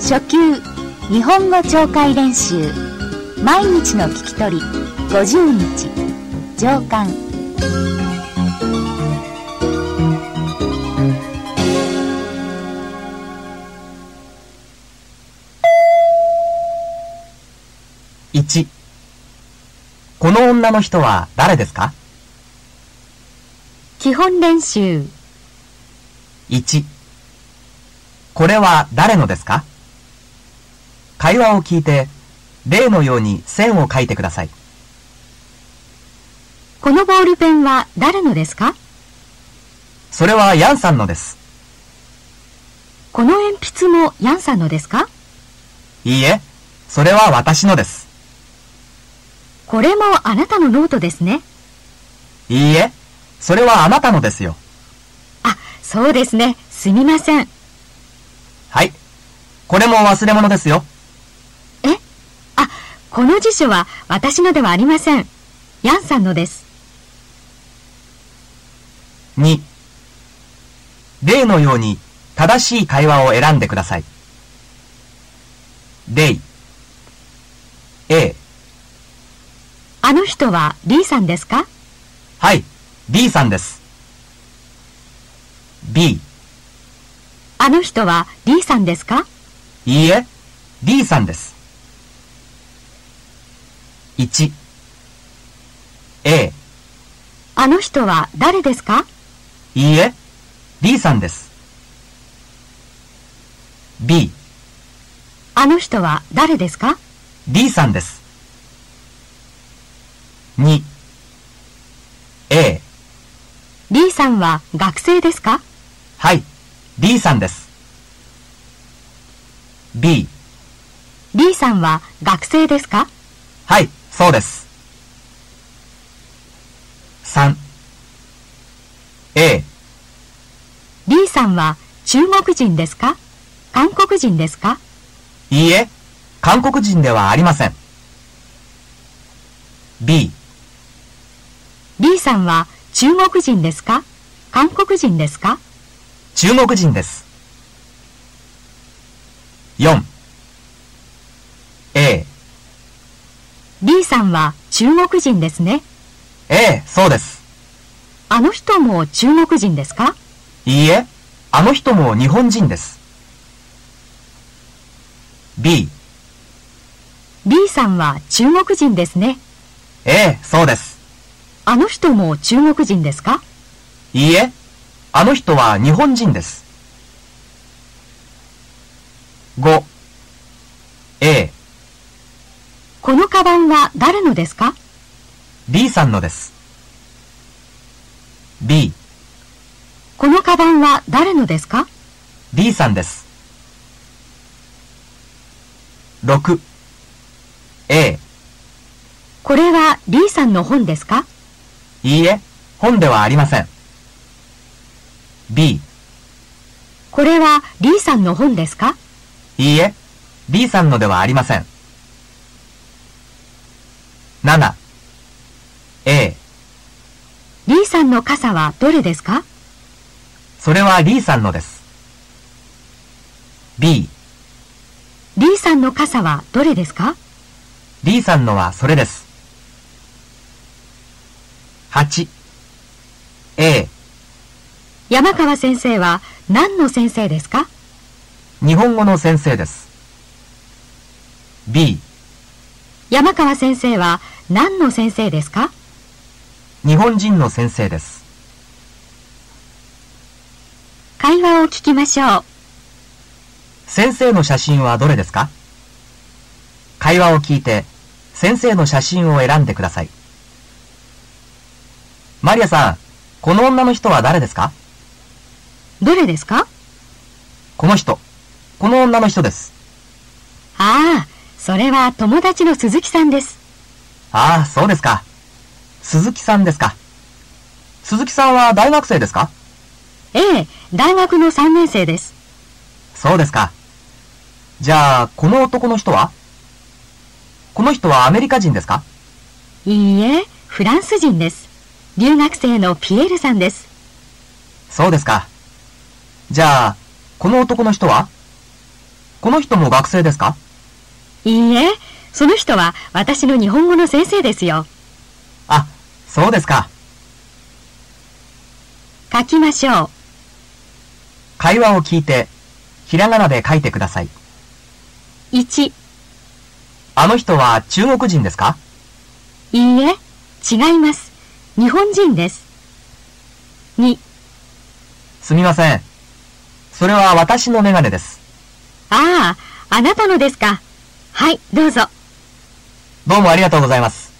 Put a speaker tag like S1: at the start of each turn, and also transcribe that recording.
S1: 初級日本語聴解練習毎日の聞き取り50日上巻
S2: 1この女の人は誰ですか
S1: 基本練習
S2: ?1 これは誰のですか会話を聞いて例のように線を書いてください
S1: このボールペンは誰のですか
S2: それはヤンさんのです
S1: この鉛筆もヤンさんのですか
S2: いいえそれは私のです
S1: これもあなたのノートですね
S2: いいえそれはあなたのですよ
S1: あそうですねすみません
S2: はいこれも忘れ物ですよ
S1: えあこの辞書は私のではありませんヤンさんのです
S2: 2例のように正しい会話を選んでください例 A
S1: あの人はリーさんですか
S2: はい B さんです B
S1: あの人はリーさんですか
S2: いいえ B さんです1 A
S1: あの人は誰ですか
S2: いいえ B さんです B
S1: あの人は誰ですか
S2: D さんです。2 A
S1: リーさんは学生ですか
S2: はい D さんです。B
S1: リーさんは学生ですか
S2: はいそうです。3 A
S1: リーさんは中国人ですか韓国人ですか
S2: いいえ韓国人ではありません。B
S1: リーさんは中国人ですか韓国人ですか
S2: 中国人です。4 A
S1: リーさんは中国人ですね。
S2: A そうです。
S1: あの人も中国人ですか
S2: いいえ、あの人も日本人です。B、
S1: リーさんは中国人ですね。
S2: A、そうです。
S1: あの人も中国人ですか
S2: いいえ、あの人は日本人です。5、A、
S1: このカバンは誰のですか
S2: B さんのです。B、
S1: このカバンは誰のですか
S2: B さんです。6、A、
S1: これはリーさんの本ですか
S2: いいえ、本ではありません。B、
S1: これはリーさんの本ですか
S2: いいえ、B さんのではありません。7 A、
S1: リーさんの傘はどれですか
S2: それは D さんのです。B、
S1: リーさんの傘はどれですか
S2: D さんのはそれです。8 A、
S1: 山川先生は何の先生ですか
S2: 日本語の先生です。B、
S1: 山川先生は何の先生ですか
S2: 日本人の先生です。
S1: 会話を聞きましょう。
S2: 先生の写真はどれですか会話を聞いて、先生の写真を選んでください。マリアさん、この女の人は誰ですか
S1: どれですか
S2: この人。この女の人です。
S1: ああ、それは友達の鈴木さんです。
S2: ああ、そうですか。鈴木さんですか。鈴木さんは大学生ですか
S1: ええ、大学の3年生です。
S2: そうですか。じゃあ、この男の人はこの人はアメリカ人ですか
S1: いいえ、フランス人です。留学生のピエールさんです。
S2: そうですか。じゃあ、この男の人はこの人も学生ですか
S1: いいえ、その人は私の日本語の先生ですよ。
S2: あ、そうですか。
S1: 書きましょう。
S2: 会話を聞いて、ひらがなで書いてください。
S1: 1、い
S2: あの人は中国人ですか
S1: いえ、違います。日本人です。2、
S2: すみません。それは私のメガネです。
S1: ああ、あなたのですか。はい、どうぞ。
S2: どうもありがとうございます。